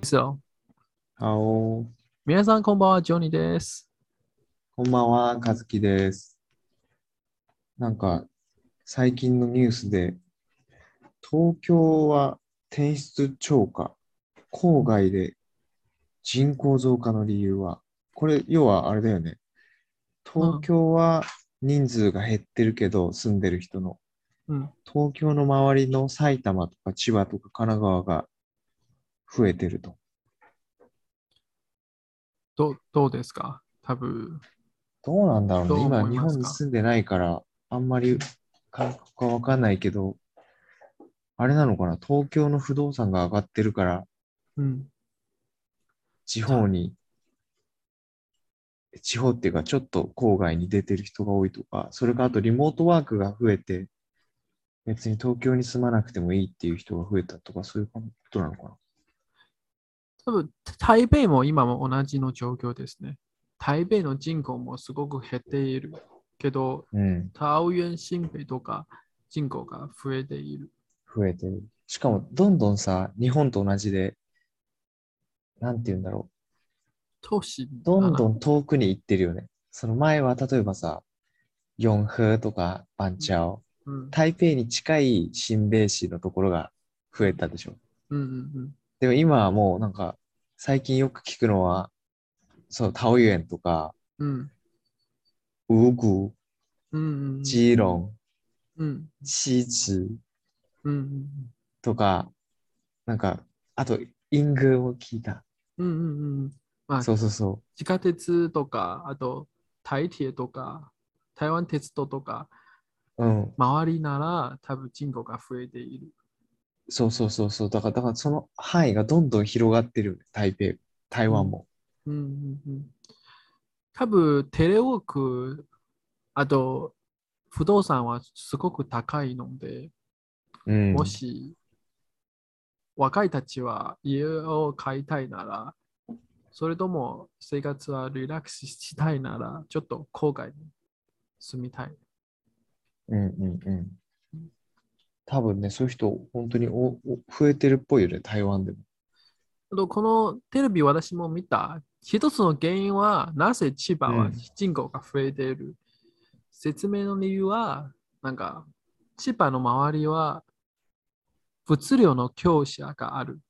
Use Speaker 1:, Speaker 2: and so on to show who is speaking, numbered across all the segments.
Speaker 1: ですよ。
Speaker 2: あお、
Speaker 1: 皆さん、こんばんは、ジョニーです。
Speaker 2: こんばんは、かずきです。なんか、最近のニュースで、東京は転出超過、郊外で人口増加の理由は、これ、要はあれだよね。東京は人数が減ってるけど、住んでる人の。
Speaker 1: うん。
Speaker 2: 東京の周りの埼玉とか千葉とか神奈川が増えてると。
Speaker 1: どうどうですか多分
Speaker 2: どうなんだろう
Speaker 1: どう
Speaker 2: ね。
Speaker 1: 思い
Speaker 2: 今、
Speaker 1: ますか
Speaker 2: 日本に住んでないから、あんまり感覚がわかんないけど、あれなのかな、東京の不動産が上がってるから、
Speaker 1: うん。
Speaker 2: 地方に、地方っていうか、ちょっと郊外に出てる人が多いとか、それかあとリモートワークが増えて、別に東京に住まなくてもいいっていう人が増えたとか、そういうことなのかな。
Speaker 1: 多分台北も今も同じの状況ですね。台北の人口もすごく減っているけど、
Speaker 2: うん、
Speaker 1: 桃園、新北とか人口が増えている。
Speaker 2: 増えてる。しかも、どんどんさ、日本と同じで、なんて言うんだろう。
Speaker 1: 都市
Speaker 2: どんど
Speaker 1: ん。
Speaker 2: ん遠くに行ってるよね。その前は例えばさ、ヨンフとかバンチャオ、
Speaker 1: うん
Speaker 2: 台北に近い新米市のところが増えたでしょ。
Speaker 1: うんうん
Speaker 2: でも今はもうなんか、最近よく聞くのは、そう、タオユエンとか、
Speaker 1: うん。うん
Speaker 2: ウーグ
Speaker 1: うんうんうん。
Speaker 2: ー、ジーロン、
Speaker 1: うん
Speaker 2: シーチ
Speaker 1: うんうん
Speaker 2: とか、なんか、あと、イングも聞いた。
Speaker 1: うんうんうんうん。まあ
Speaker 2: そうそうそ
Speaker 1: 地下鉄とか、あと台铁とか、台湾鉄道とか、
Speaker 2: う。うん。
Speaker 1: 周りなら多分人口が増えている。
Speaker 2: そうそうそうそう。だから、だからその範囲がどんどん広がってるよね。台北、台湾も。
Speaker 1: うんうんうん、多分テレワーク、あと不動産はすごく高いので、
Speaker 2: うん。
Speaker 1: もし若いたちは家を買いたいなら、それとも生活はリラックスしたいなら、ちょっと郊外に住みたい。
Speaker 2: うんうんうん。多分ね、そういう人、本当におお増えてるっぽいよね、台湾でも。
Speaker 1: あとこのテレビ私も見た。一つの原因は、なぜ千葉
Speaker 2: う
Speaker 1: は
Speaker 2: ん
Speaker 1: 人口が増えている、説明の理由は、なんか、千葉の周りは物量の強者がある。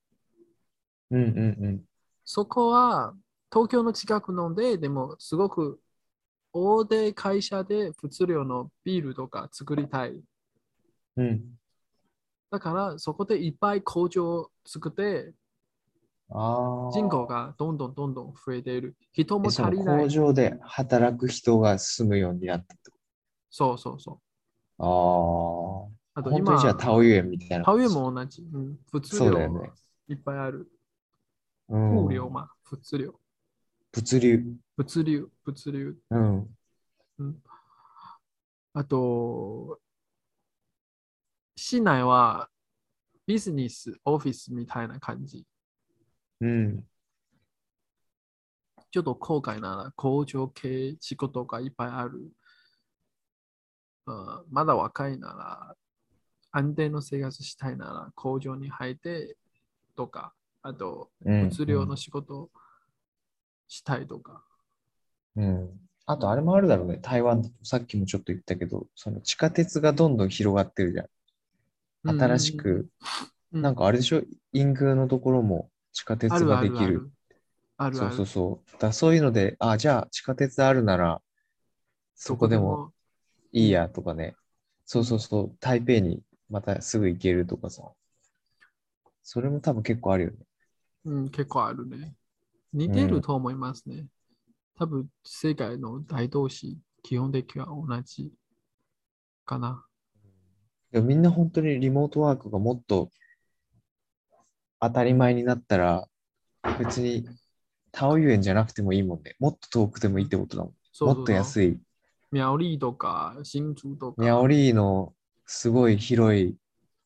Speaker 2: うんうんうん。
Speaker 1: そこは東京の近くので、でもすごく大手会社で物量のビールとか作りたい。
Speaker 2: うん。
Speaker 1: だからそこでいっぱい工場を作って、
Speaker 2: ああ。
Speaker 1: 人口がどんどんどんどん増えている。人も
Speaker 2: え
Speaker 1: 足
Speaker 2: その
Speaker 1: りない
Speaker 2: 工。場で働く人が住むようになったってこ
Speaker 1: そうそうそう。
Speaker 2: と。ああ。
Speaker 1: あと
Speaker 2: 本当
Speaker 1: 今、
Speaker 2: にじゃあ、タオユエンみたいな。
Speaker 1: 田植え。も同じ。うん、物
Speaker 2: そうだよ
Speaker 1: 量
Speaker 2: ね。
Speaker 1: いっぱいある。
Speaker 2: う
Speaker 1: 物
Speaker 2: ん。
Speaker 1: 量、まあ、物量。
Speaker 2: 物流。
Speaker 1: 物流、物流。
Speaker 2: うん。
Speaker 1: うん、あと、市内はビジネス、オフィスみたいな感じ。
Speaker 2: うん。
Speaker 1: ちょっと郊外なら工場系仕事がいっぱいある。うん、まだ若いなら、安定の生活したいなら工場に入ってとか、あと
Speaker 2: うん
Speaker 1: 物量の仕事したいとか。
Speaker 2: うん。あと、あれもあるだろうね。台湾だと、さっきもちょっと言ったけど、その地下鉄がどんどん広がってるじゃん。新しく、
Speaker 1: う、
Speaker 2: なんかあれでしょ、イングのところも地下鉄
Speaker 1: ある
Speaker 2: が
Speaker 1: あ
Speaker 2: で
Speaker 1: る
Speaker 2: き
Speaker 1: あ
Speaker 2: る。
Speaker 1: る。ある
Speaker 2: そ
Speaker 1: あ
Speaker 2: う
Speaker 1: る。
Speaker 2: そうそう。だそういうので、あ、じゃあ地下鉄あるなら、そこでもいいやとかね。そうそうそう。台北にまたすぐ行けるとかさ。それも多分結構あるよ
Speaker 1: ど
Speaker 2: ね。
Speaker 1: こでも。うん、結構あるね。似てると思いますね。多分、世界の大都市、基本的には同じかな。
Speaker 2: でもみんな本当にリモートワークがもっと当たり前になったら、別にタオユエンじゃなくてもいいもんね。もっと遠くてもいいってことだもん。
Speaker 1: そうそうそう
Speaker 2: もっと安い。
Speaker 1: ミャオリーとか、新竹とか。
Speaker 2: ニャオリーのすごい広い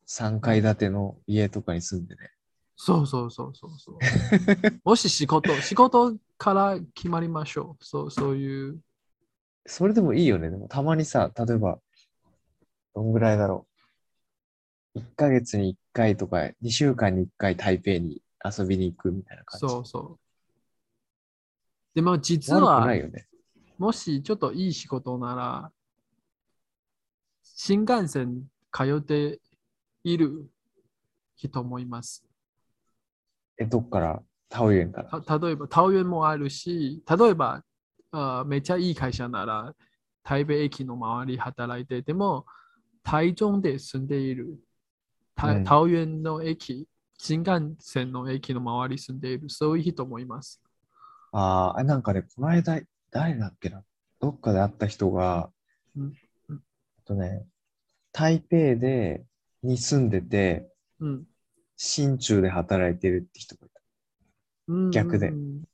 Speaker 2: 3階建ての家とかに住んでね。
Speaker 1: そうそうそうそうそう。 もし仕事、仕事から決まりましょう。そうそういう。
Speaker 2: それでもいいよね。でもたまにさ、例えば、どんぐらいだろう。1ヶ月に1回とか、2週間に1回台北に遊びに行くみたいな 感じ。
Speaker 1: そうそう。で、まあ実
Speaker 2: 悪く
Speaker 1: は
Speaker 2: な、いよね。
Speaker 1: もしちょっといい仕事なら、新幹線通っている人もいます。
Speaker 2: え、どっからタオユ園から。
Speaker 1: た例えば、桃園もあるし、例えばあ、めちゃいい会社なら、台北駅の周り働いてても、台中で住んでいる。た
Speaker 2: うん
Speaker 1: 桃園の駅、新幹線の駅の周り住んでいる、そういう人もいます。
Speaker 2: あーあ、なんかね、この間、誰だっけな。どっかで会った人が、
Speaker 1: うん
Speaker 2: えっとね、台北で、に住んでて、
Speaker 1: うん。
Speaker 2: 新中で働いてるって人がいた。
Speaker 1: うん
Speaker 2: 逆で
Speaker 1: うん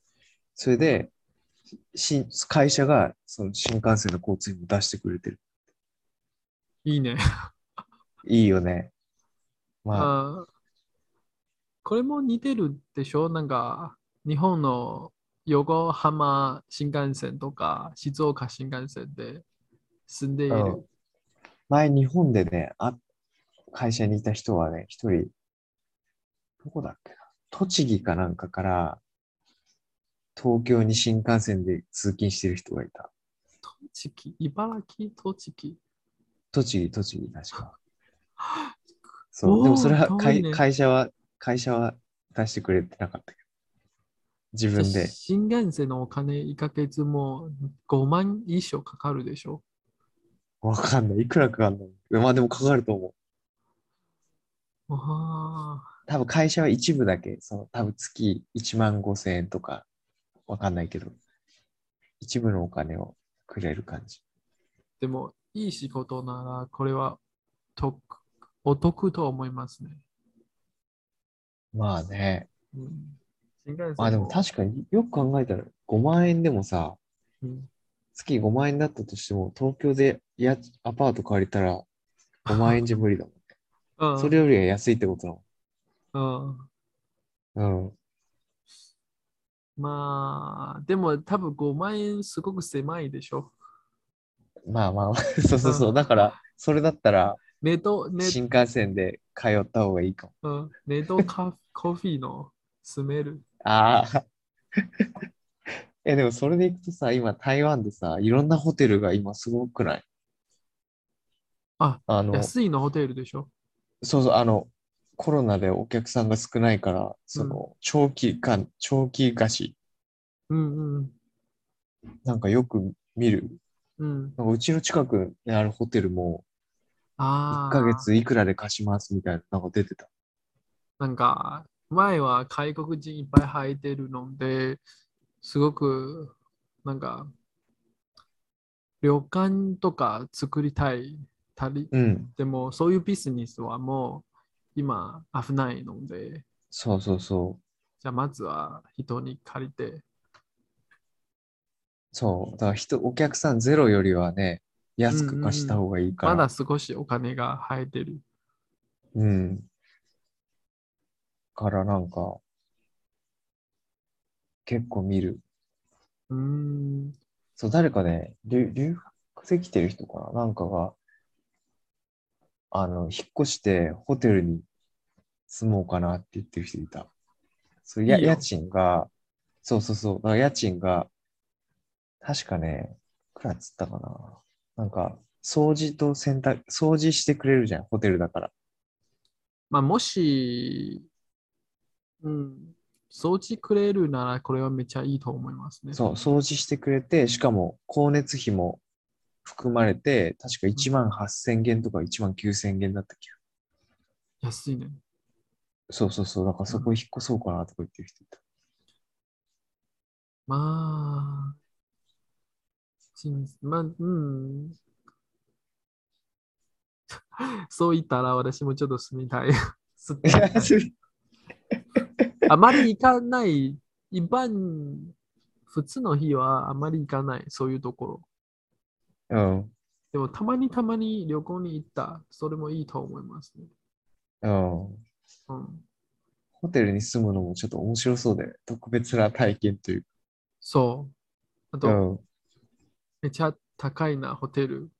Speaker 2: それで、し会社がその新幹線の交通費も出してくれてる。
Speaker 1: いいね。
Speaker 2: いいよね。まあ、
Speaker 1: あーこれも似てるでしょなんか、日本の横浜新幹線とか、静岡新幹線で住んでいる。
Speaker 2: うん前日本でね、あ会社にいた人はね、一人、どこだっけな。栃木かなんかから、東京に新幹線で通勤してる人がいた。
Speaker 1: 栃木、茨城、栃木。
Speaker 2: 栃木、栃木、確か。そう、で
Speaker 1: お
Speaker 2: も
Speaker 1: ー
Speaker 2: それは
Speaker 1: 遠い
Speaker 2: 会
Speaker 1: ね
Speaker 2: 会社は、会社は出してくれてなかったけど。自分で。
Speaker 1: 新幹線のお金1ヶ月も5万以上かかるでしょ
Speaker 2: わかんない。いくらかかんない。まあでもかかると思う。
Speaker 1: ああ、
Speaker 2: 多分会社は一部だけ、その多分月1万5千円とか、わかんないけど、一部のお金をくれる感じ。
Speaker 1: でもいい仕事ならこれは得お得と思いますね。
Speaker 2: まあね。
Speaker 1: うん、新幹線
Speaker 2: まあでも確かによく考えたら5万円でもさ、
Speaker 1: うん
Speaker 2: 月5万円だったとしても、東京でやアパート借りたら5万円じゃ無理 だもん。
Speaker 1: うん
Speaker 2: それよりは安いってこと
Speaker 1: う
Speaker 2: だ
Speaker 1: ん
Speaker 2: もん。うん。
Speaker 1: まあ、でも多分5万円すごく狭いでしょ。
Speaker 2: まあまあ、そうそうそう。だから、それだったら
Speaker 1: ネト、ネ
Speaker 2: 新幹線で通った方がいいかも。
Speaker 1: うん、ネト カコフィーの住める。
Speaker 2: ああ。 え、でもそれでいくとさ、今台湾でさ、いろんなホテルが今すごくない
Speaker 1: あ、
Speaker 2: あの、
Speaker 1: 安いのホテルでしょ。
Speaker 2: そうそう、あの、コロナでお客さんが少ないから、その、長期間、長期貸し、
Speaker 1: うんうん。
Speaker 2: なんかよく見る。
Speaker 1: うん、
Speaker 2: なんかうちの近くにあるホテルも、
Speaker 1: あ
Speaker 2: 1
Speaker 1: あ。
Speaker 2: ヶ月いくらで貸しますみたいな、なんか出てた。
Speaker 1: なんか、前は外国人いっぱい入ってるので、すごく、なんか、旅館とか作りたい、たり、
Speaker 2: うん、
Speaker 1: でも、そういうビジネスはもう、今、危ないので、
Speaker 2: そうそうそう。
Speaker 1: じゃあ、まずは人に借りて、
Speaker 2: そう、だから人、お客さんゼロよりはね、安く貸した方がいいか
Speaker 1: まだ
Speaker 2: ら。
Speaker 1: 少しお金が入ってる。
Speaker 2: うん。からなんか、結構見る。
Speaker 1: うーん、
Speaker 2: そう、誰かね、留留学できてる人かななんかが、あの、引っ越してホテルに住もうかなって言ってる人いた。そう、や、
Speaker 1: いいよ
Speaker 2: 家賃が、そうそうそう、だから家賃が、確かね、いくらっつったかななんか、掃除と洗濯、掃除してくれるじゃん、ホテルだから。
Speaker 1: まあ、もし、うん、掃除くれるなら、これはめちゃいいと思いますね。
Speaker 2: そう、掃除してくれて、しかも光熱費も含まれて、確か1万8000元とか1万9000元だったっけ
Speaker 1: 安いね。
Speaker 2: そうそうそう、だからそこ引っ越そうかなとか言ってる人いた。
Speaker 1: まあ、人まあ、うん。 そう言ったら私もちょっと住みたい。 住みたいあまり行かない、一般、普通の日はあまり行かない、そういうところ。
Speaker 2: うん、
Speaker 1: でもたまにたまに旅行に行った、それもいいと思いますね。
Speaker 2: うん。
Speaker 1: うん。
Speaker 2: ホテルに住むのもちょっと面白そうで、特別な体験という
Speaker 1: そう。あ
Speaker 2: か。
Speaker 1: と、
Speaker 2: うん。
Speaker 1: めちゃ 高いな、ホテル。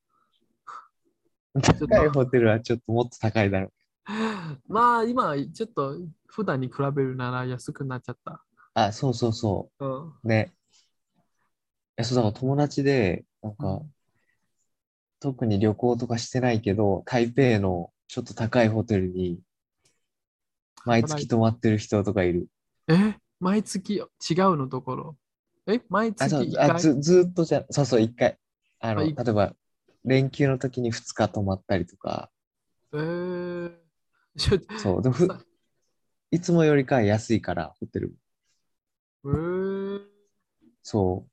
Speaker 2: 高いホテルはちょっともっと高いだろ
Speaker 1: まあ今ちょっと普段に比べるなら安くなっちゃった。
Speaker 2: あ、そうそうそ
Speaker 1: うん。
Speaker 2: う。ね。え、そう、だから友達で、なん
Speaker 1: う
Speaker 2: か、特に旅行とかしてないけど、台北のちょっと高いホテルに、毎月泊まってる人とかいる。
Speaker 1: え毎月違うのところ。え毎
Speaker 2: あ、
Speaker 1: 月
Speaker 2: そう
Speaker 1: 1、
Speaker 2: あ、
Speaker 1: 回
Speaker 2: ず、ずっとじゃ、そうそう、一回。あの、
Speaker 1: あ
Speaker 2: 例
Speaker 1: い
Speaker 2: えば、連休の時に二日泊まったりとか、
Speaker 1: えー、ちょっと
Speaker 2: そう、でもふ
Speaker 1: さ
Speaker 2: いつもよりかは安いから、ホテル。
Speaker 1: えー、
Speaker 2: そ。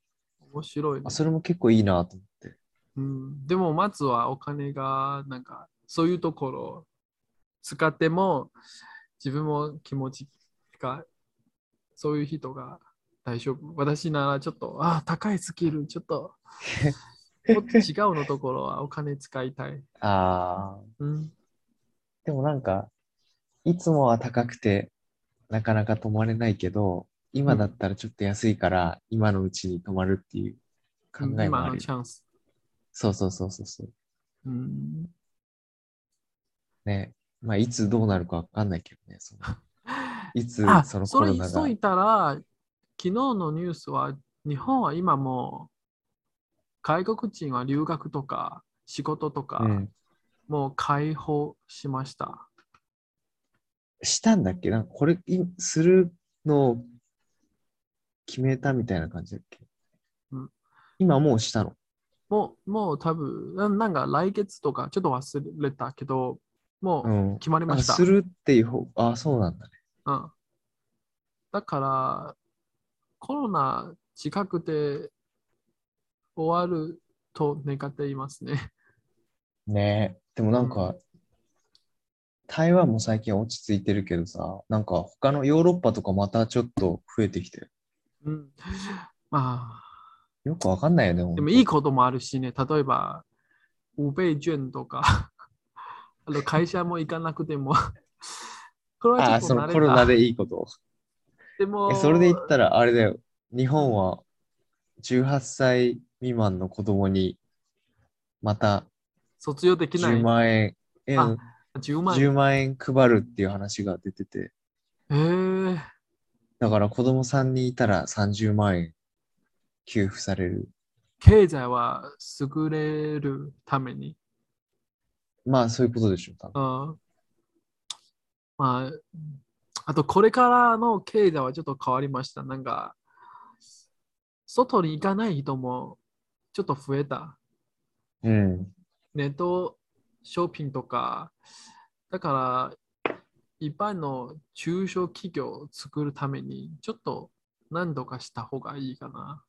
Speaker 1: 面白いうね
Speaker 2: あ、それも結構いいなと思って。
Speaker 1: うん、でも、まずはお金が、なんか、そういうところを使っても、自分も気持ちが、そういう人が大丈夫。私ならちょっと、ああ、高いスキル、ちょっと、もっと違うのところはお金使いたい。
Speaker 2: ああ、
Speaker 1: うん、
Speaker 2: でもなんか、いつもは高くて、なかなか泊まれないけど、今だったらちょっと安いから、今のうちに泊まるっていう考えも
Speaker 1: 今
Speaker 2: ある
Speaker 1: の
Speaker 2: よ。
Speaker 1: チャンス。
Speaker 2: そうそうそうそうそう。
Speaker 1: うん、
Speaker 2: ね。まあ、いつどうなるかわかんないけどね。そ のいつ
Speaker 1: あ、
Speaker 2: そのコ
Speaker 1: それ
Speaker 2: ロナが
Speaker 1: 急。いたら、昨日のニュースは、日本は今もう、外国人は留学とか、仕事とか、
Speaker 2: うん。
Speaker 1: もう解放しました。
Speaker 2: したんだっけなんかこれいするのを決めたみたいな感じだっけ、
Speaker 1: うん
Speaker 2: 今もうしたの
Speaker 1: もう、もう多分、ななんか来月とかちょっと忘れたけど、も
Speaker 2: う。
Speaker 1: うん決まりま
Speaker 2: なんか
Speaker 1: した。
Speaker 2: するっていう方、あ、そうなんだね。
Speaker 1: うん、だから、コロナ近くて終わると願っていますね。
Speaker 2: ねえでもなんか、
Speaker 1: う
Speaker 2: 台湾も最近落ち着いてるけどさ、なんか他のヨーロッパとかまたちょっと増えてきて、
Speaker 1: うん、 まあ、
Speaker 2: よくわかんないよね、ほん
Speaker 1: で
Speaker 2: と
Speaker 1: もいいこともあるしね、例えば、五倍券とか、 あの会社も行かなくても、 これ
Speaker 2: あ
Speaker 1: は
Speaker 2: あ、
Speaker 1: ちょっと
Speaker 2: その
Speaker 1: 慣れ
Speaker 2: コロナ
Speaker 1: た。
Speaker 2: でいいこと。
Speaker 1: でも
Speaker 2: え、それで言ったらあれだよ、日本は18歳未満の子供にまた
Speaker 1: 卒業できない
Speaker 2: 10。万円、え
Speaker 1: あ10万円
Speaker 2: 10万円配るっていう話が出てて、
Speaker 1: えー、
Speaker 2: だから子供3人いたら30万円給付される。
Speaker 1: 経済は優れるために。
Speaker 2: まあそういうことでしょう、多分。
Speaker 1: うんまあ、あと、これからの経済はちょっと変わりました。なんか、外に行かない人もちょっと増えた。
Speaker 2: うん。
Speaker 1: ネットショッピングとか、だから、一般の中小企業を作るために、ちょっと何度かした方がいいかな。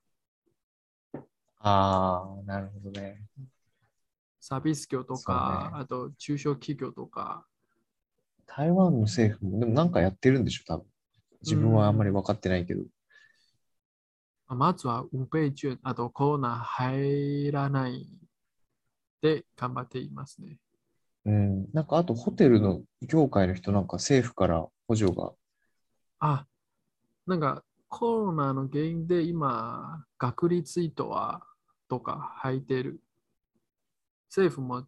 Speaker 2: ああ、なるほどね。
Speaker 1: サービス業とか、
Speaker 2: そう
Speaker 1: あと中小企業とか、
Speaker 2: 台湾の政府も、でもなんかやってるんでしょ、多分。自分はあんまり分かってないけど。
Speaker 1: まずは五倍券、あとコロナ入らないで頑張っていますね。
Speaker 2: うん。なんかあとホテルの業界の人なんか政府から補助が。
Speaker 1: あ、なんかコロナの原因で今、学率イートはとか入ってる。政府も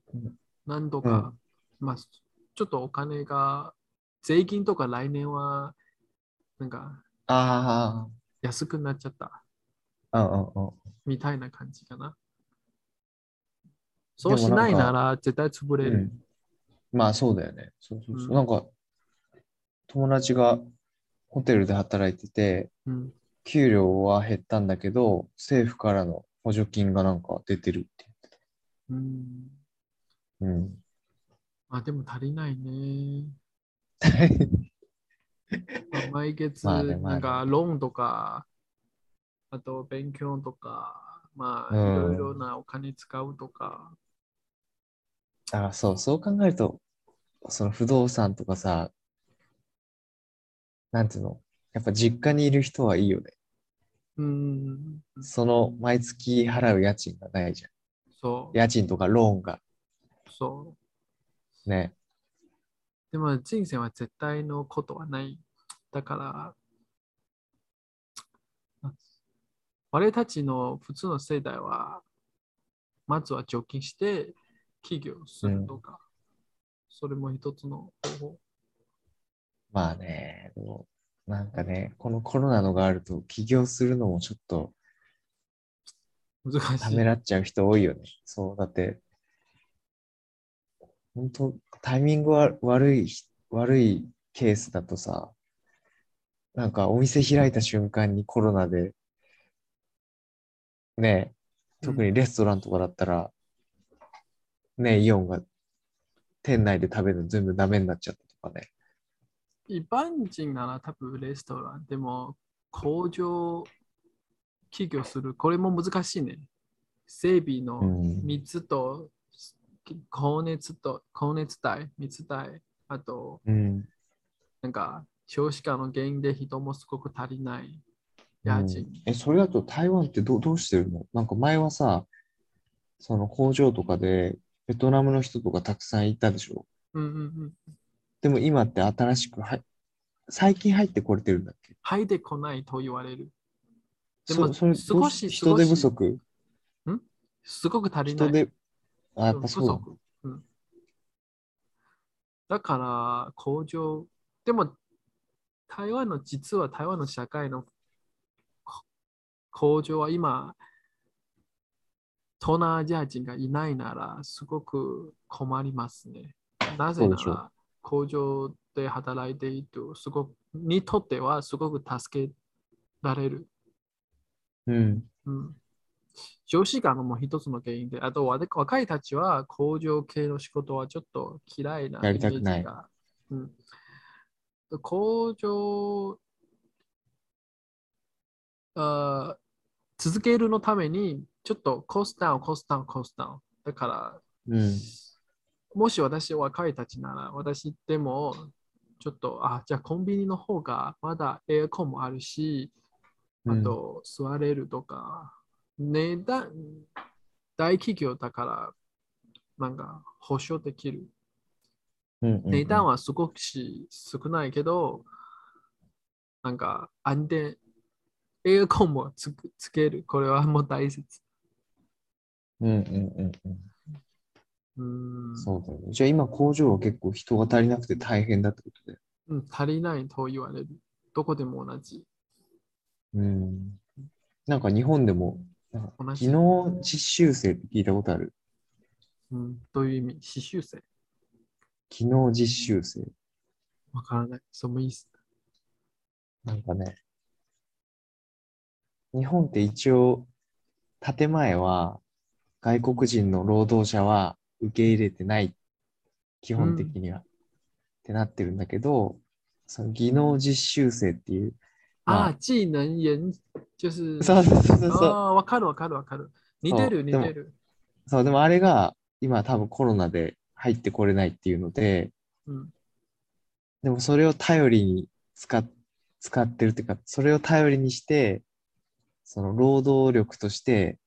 Speaker 1: 何度か、まあ、ちょっとお金が、税金とか来年はなんか
Speaker 2: あ
Speaker 1: 安くなっちゃった
Speaker 2: あ、うんうんうん。
Speaker 1: みたいな感じかな。そうしないなら絶対潰れ
Speaker 2: う
Speaker 1: る。
Speaker 2: ん、まあそうだよね。そうそうそう
Speaker 1: うん
Speaker 2: なんか、友達がホテルで働いてて、
Speaker 1: うん
Speaker 2: 給料は減ったんだけど、政府からの補助金がなんか出てるって。
Speaker 1: うん
Speaker 2: うん。
Speaker 1: まあでも足りないね。まあ毎月、
Speaker 2: まあねまあ
Speaker 1: な
Speaker 2: ね
Speaker 1: んかローンとか、あと勉強とか、まあい
Speaker 2: うん
Speaker 1: ろいろなお金使うとか、
Speaker 2: ああ、そう、そう考えると、その不動産とかさ、なんていうの、やっぱ実家にいる人はいいよね。
Speaker 1: うん、
Speaker 2: その毎月払う家賃がないじゃん。
Speaker 1: そう、
Speaker 2: 家賃とかローンが
Speaker 1: そう。
Speaker 2: ね。
Speaker 1: でも人生は絶対のことはない。だから、我たちの普通の世代は、まずは貯金して起業するとか、それも一つの方法。
Speaker 2: まあね、でもなんかね、このコロナのがあると起業するのもちょっと
Speaker 1: 難
Speaker 2: た
Speaker 1: しい
Speaker 2: め。らっちゃう人多いよね。そう、だって、本当タイミングは悪いひ、悪いケースだとさ、なんかお店開いた瞬間にコロナで、ねえ、特にレストランとかだったら、ねえ、イオンが店内で食べるの全部ダメになっちゃったとかね。
Speaker 1: 一般人なら多分レストラン、でも工場起業する、これも難しいね。整備
Speaker 2: う
Speaker 1: の
Speaker 2: ん。
Speaker 1: 密と高熱と高熱帯、密帯、あと
Speaker 2: うん。
Speaker 1: なんか少子化の原因で人もすごく足りない。家賃。
Speaker 2: うんえ、それだと台湾ってどう、どうしてるのなんか前はさ、その工場とかでベトナムの人とかたくさんいたでしょ
Speaker 1: うんうんうん。
Speaker 2: でも今って新しくは、最近入ってこれてるんだっけ
Speaker 1: 入ってこないと言われる。で
Speaker 2: そ
Speaker 1: も
Speaker 2: それどう
Speaker 1: 少し
Speaker 2: 人手
Speaker 1: 少
Speaker 2: 不
Speaker 1: し
Speaker 2: 足
Speaker 1: すごく足りない。
Speaker 2: 人手、あ、やっ
Speaker 1: うん
Speaker 2: ぱ
Speaker 1: 不
Speaker 2: そうなんだ。
Speaker 1: 足うんだから工場でも台湾の実は台湾の社会のこ工場は今東南アジア人がいないならすごく困りますねなぜな
Speaker 2: そうでしょ
Speaker 1: ら工場で働いているとすごくにとってはすごく助けられる
Speaker 2: うん。
Speaker 1: うん上司がも一つの原因で、あとわ若いたちは工場系の仕事はちょっと嫌いな
Speaker 2: やりたくない
Speaker 1: イメージがうん、工場あー続けるのためにちょっとコストダウン、コストダウン、コストダウン。だから
Speaker 2: うん。
Speaker 1: もし私若いたちなら、私でも、ちょっと、あ、じゃあコンビニの方がまだエアコンもあるし、
Speaker 2: う
Speaker 1: あ
Speaker 2: ん
Speaker 1: と座れるとか、値段、大企業だから、なんか保証できる。
Speaker 2: うんうん
Speaker 1: 値段はすごくし少ないけど、なんか安定、エアコンもつくつける。これはもう大切。
Speaker 2: うんうんうんう
Speaker 1: うん
Speaker 2: ん。そうだよね。じゃあ今工場は結構人が足りなくて大変だってことで。
Speaker 1: うん、足りないと言われる。どこでも同じ。
Speaker 2: うん。なんか日本でも、なんか
Speaker 1: 同
Speaker 2: 技
Speaker 1: じ
Speaker 2: 能実習生って聞いたことある
Speaker 1: うん、どういう意味刺繍生
Speaker 2: 技能実習生。
Speaker 1: わからない。その意思。
Speaker 2: なんかね、日本って一応、建前は外国人の労働者は受け入れてない、基本的には。ってなってるんだけど、その技能実習生っていう、ま
Speaker 1: ああ、技能人就是。
Speaker 2: そうそうそうそう
Speaker 1: あ
Speaker 2: そう、
Speaker 1: あ、わかるわかるわかる。似てる似
Speaker 2: でも
Speaker 1: てる。
Speaker 2: そう、でもあれが今多分コロナで入ってこれないっていうので、
Speaker 1: うん。
Speaker 2: でもそれを頼りに使っ使ってるっていうか、それを頼りにして、その労働力として、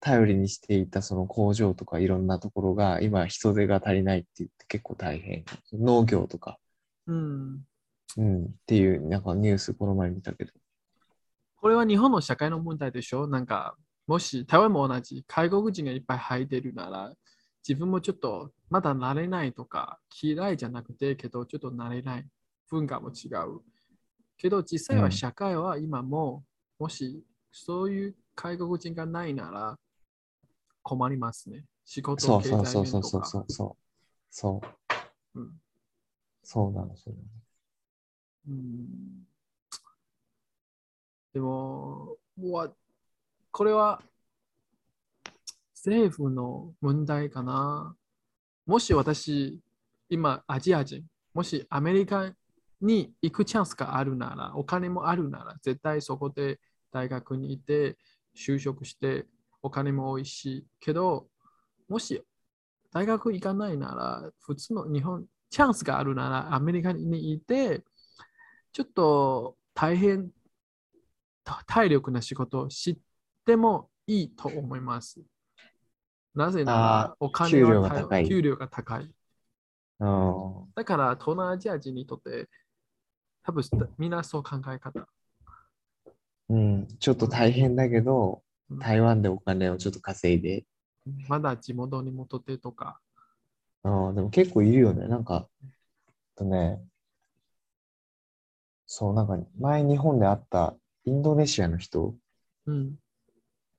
Speaker 2: 頼りにしていたその工場とかいろんなところが今人手が足りないって言って結構大変。農業とか、
Speaker 1: うん。
Speaker 2: うん、っていうなんかニュースこの前見たけど。
Speaker 1: これは日本の社会の問題でしょなんか、もし台湾も同じ、外国人がいっぱい入ってるなら、自分もちょっとまだ慣れないとか、嫌いじゃなくて、けどちょっと慣れない。文化も違う。けど実際
Speaker 2: う
Speaker 1: は
Speaker 2: ん
Speaker 1: 社会は今も、もしそういう外国人がないなら困りますね。仕事
Speaker 2: そ
Speaker 1: を
Speaker 2: う
Speaker 1: 経
Speaker 2: そう
Speaker 1: 済面
Speaker 2: そうそう
Speaker 1: と
Speaker 2: そう
Speaker 1: か。
Speaker 2: そうそう。そう、
Speaker 1: うん
Speaker 2: そうなの、そうなの。
Speaker 1: うんでも、わこれは政府の問題かな。もし私、今、アジア人、もしアメリカに行くチャンスがあるなら、お金もあるなら、絶対そこで大学にいて、就職して、お金も多いし、けど、もし大学行かないなら、普通の日本、チャンスがあるなら、アメリカにいて、ちょっと大変、た体力な仕事を知ってもいいと思います。なぜな
Speaker 2: あ
Speaker 1: ら
Speaker 2: ー、
Speaker 1: お金は
Speaker 2: 給料が高い
Speaker 1: 給料が高い。
Speaker 2: うん
Speaker 1: だから、東南アジア人にとって、多分みんなそう考え方。
Speaker 2: うん、ちょっと大変だけど
Speaker 1: う、ん
Speaker 2: 台湾でお金をちょっと稼いで、
Speaker 1: まだ地元に戻ってとか、
Speaker 2: ああ、でも結構いるよね。なんか、えっとね、そう、なんか前日本で会ったインドネシアの人
Speaker 1: うん。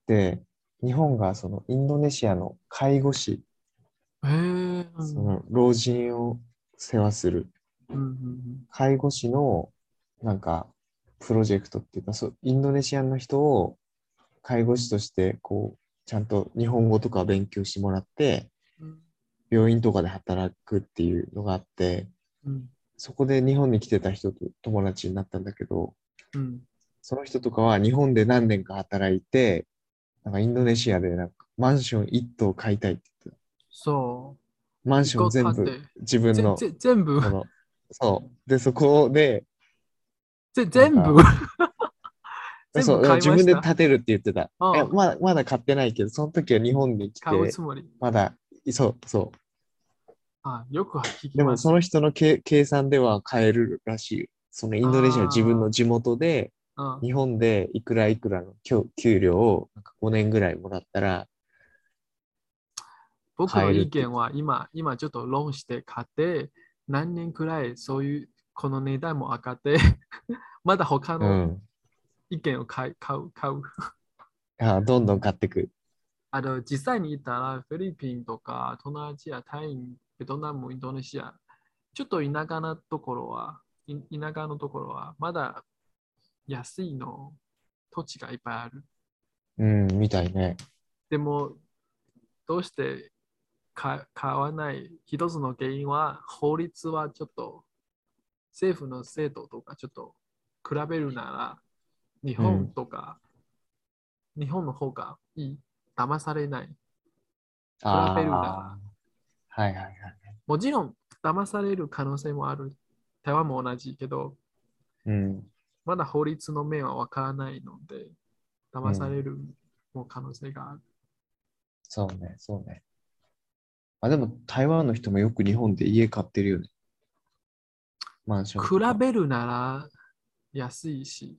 Speaker 2: で、日本がそのインドネシアの介護士、
Speaker 1: へえ。う
Speaker 2: そ
Speaker 1: ん
Speaker 2: の老人を世話する
Speaker 1: うんうん
Speaker 2: 介護士のなんかプロジェクトっていうか、そうインドネシアの人を介護士としてこうちゃんと日本語とか勉強してもらって
Speaker 1: うん
Speaker 2: 病院とかで働くっていうのがあって
Speaker 1: うん
Speaker 2: そこで日本に来てた人と友達になったんだけど
Speaker 1: うん
Speaker 2: その人とかは日本で何年か働いてなんかインドネシアでなんかマンション1棟買いたいって言ってた
Speaker 1: そ
Speaker 2: マン
Speaker 1: う。
Speaker 2: ション全
Speaker 1: 一個買
Speaker 2: 部
Speaker 1: って
Speaker 2: 自分の
Speaker 1: ぜぜ全部
Speaker 2: そのそうでそこで
Speaker 1: ぜ全部
Speaker 2: なん
Speaker 1: 全部
Speaker 2: そう、
Speaker 1: 買いました
Speaker 2: 自分で建てるって言ってた。
Speaker 1: ああ
Speaker 2: えまだまだ買ってないけど、その時は日本に来て
Speaker 1: 買、うつもり。
Speaker 2: まだ、そう、そ
Speaker 1: あよく聞
Speaker 2: う。
Speaker 1: き
Speaker 2: で
Speaker 1: ま
Speaker 2: も
Speaker 1: す
Speaker 2: そ。の人のけ計算では買えるらしいよ。そのインドネシ
Speaker 1: ああ
Speaker 2: アの自分の地元で、
Speaker 1: うん
Speaker 2: 日本でいくらいくらの給給料をなんか5年ぐらいもらったら、
Speaker 1: 僕の意見は今、今ちょっとローンして買って、何年くらいそういうこの値段も上がって、 まだ他
Speaker 2: う
Speaker 1: の
Speaker 2: ん。
Speaker 1: 意見を買い買う、買う。
Speaker 2: ああどんどん買ってく。
Speaker 1: あの、実際に行ったらフィリピンとか東南アジア、タイ、ベトナム、インドネシア、ちょっと田舎なところは、い田舎のところは、まだ安いの土地がいっぱいある。
Speaker 2: うん、みたいね。
Speaker 1: でも、どうしてか買わない一つの原因は、法律はちょっと、政府の制度とかちょっと比べるなら、日
Speaker 2: う
Speaker 1: 本
Speaker 2: ん
Speaker 1: とか、日本の方がいい。騙されない。比べる
Speaker 2: あ
Speaker 1: な
Speaker 2: あ。はいはいはい。
Speaker 1: もちろん、騙される可能性もある。台湾も同じけど、
Speaker 2: うん。
Speaker 1: まだ法律の面はわからないので、騙されるも可能性がある。
Speaker 2: そうね、そうね。あ、でも台湾の人もよく日本で家買ってるよね。マンションとか。
Speaker 1: 比べるなら安いし、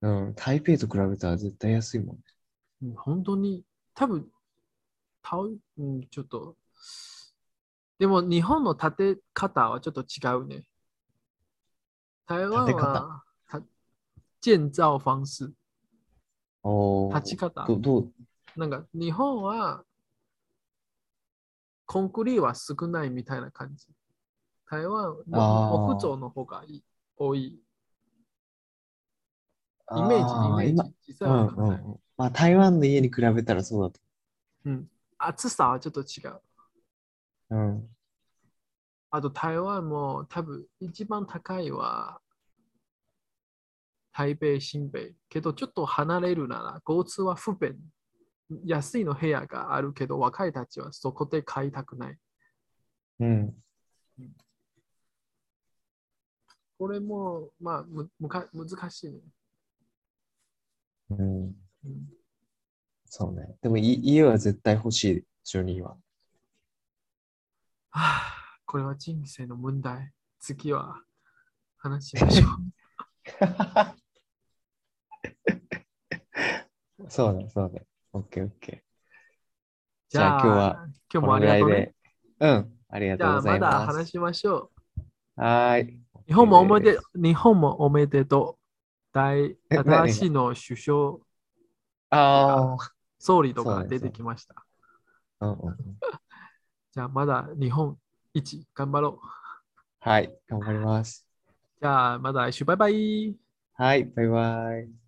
Speaker 2: うん、台北と比べたら絶対安いもんね。
Speaker 1: うん本当に、多分たうん、ちょっと、でも日本の建て方はちょっと違うね。台湾
Speaker 2: 建て
Speaker 1: は、た建造方式、
Speaker 2: おー
Speaker 1: 立ち方。
Speaker 2: どどう
Speaker 1: なんか日本は、コンクリートは少ないみたいな感じ。台湾、
Speaker 2: あー
Speaker 1: も木造の方がいい多い。イメ
Speaker 2: あ
Speaker 1: ージ、イメー
Speaker 2: 今
Speaker 1: ジ、実
Speaker 2: う
Speaker 1: 際
Speaker 2: ん
Speaker 1: は
Speaker 2: うん
Speaker 1: な
Speaker 2: うん。まあ台湾の家に比べたらそうだと。
Speaker 1: 暑さはちょっと違う。
Speaker 2: うん。
Speaker 1: あと台湾も多分一番高いは台北、新北。けどちょっと離れるなら交通は不便。安いの部屋があるけど若いたちはそこで買いたくない。
Speaker 2: うん。
Speaker 1: これもまあむむか難しいね。
Speaker 2: うん。
Speaker 1: うん
Speaker 2: そうね。でもい家は絶対欲しい、ジョ ニーは。
Speaker 1: はあ、これは人生の問題。次は話しましょう。
Speaker 2: そうね、そうね。オッケーオッケー。
Speaker 1: じ
Speaker 2: じ
Speaker 1: ゃあ
Speaker 2: ゃあ今日は
Speaker 1: 今日
Speaker 2: こ
Speaker 1: もあ
Speaker 2: の
Speaker 1: り
Speaker 2: ぐ
Speaker 1: が
Speaker 2: ら
Speaker 1: と
Speaker 2: いうで。
Speaker 1: ね。
Speaker 2: うん、ありが
Speaker 1: じ
Speaker 2: とう
Speaker 1: ゃ
Speaker 2: ご
Speaker 1: あ
Speaker 2: ざ
Speaker 1: ま
Speaker 2: い
Speaker 1: だ
Speaker 2: ます。
Speaker 1: 話しましょう。
Speaker 2: はーい。
Speaker 1: 日本も思い出、日本もおめでとう。大
Speaker 2: え何
Speaker 1: 新しいの首相、
Speaker 2: あ
Speaker 1: 総理と
Speaker 2: そう
Speaker 1: か
Speaker 2: ね
Speaker 1: 出てきました。
Speaker 2: あ、うんうんうん。
Speaker 1: じゃあまだ日本一頑張ろう。
Speaker 2: はい、頑張ります。
Speaker 1: じゃあまだ来週バイバイ。
Speaker 2: はい、バイバイ。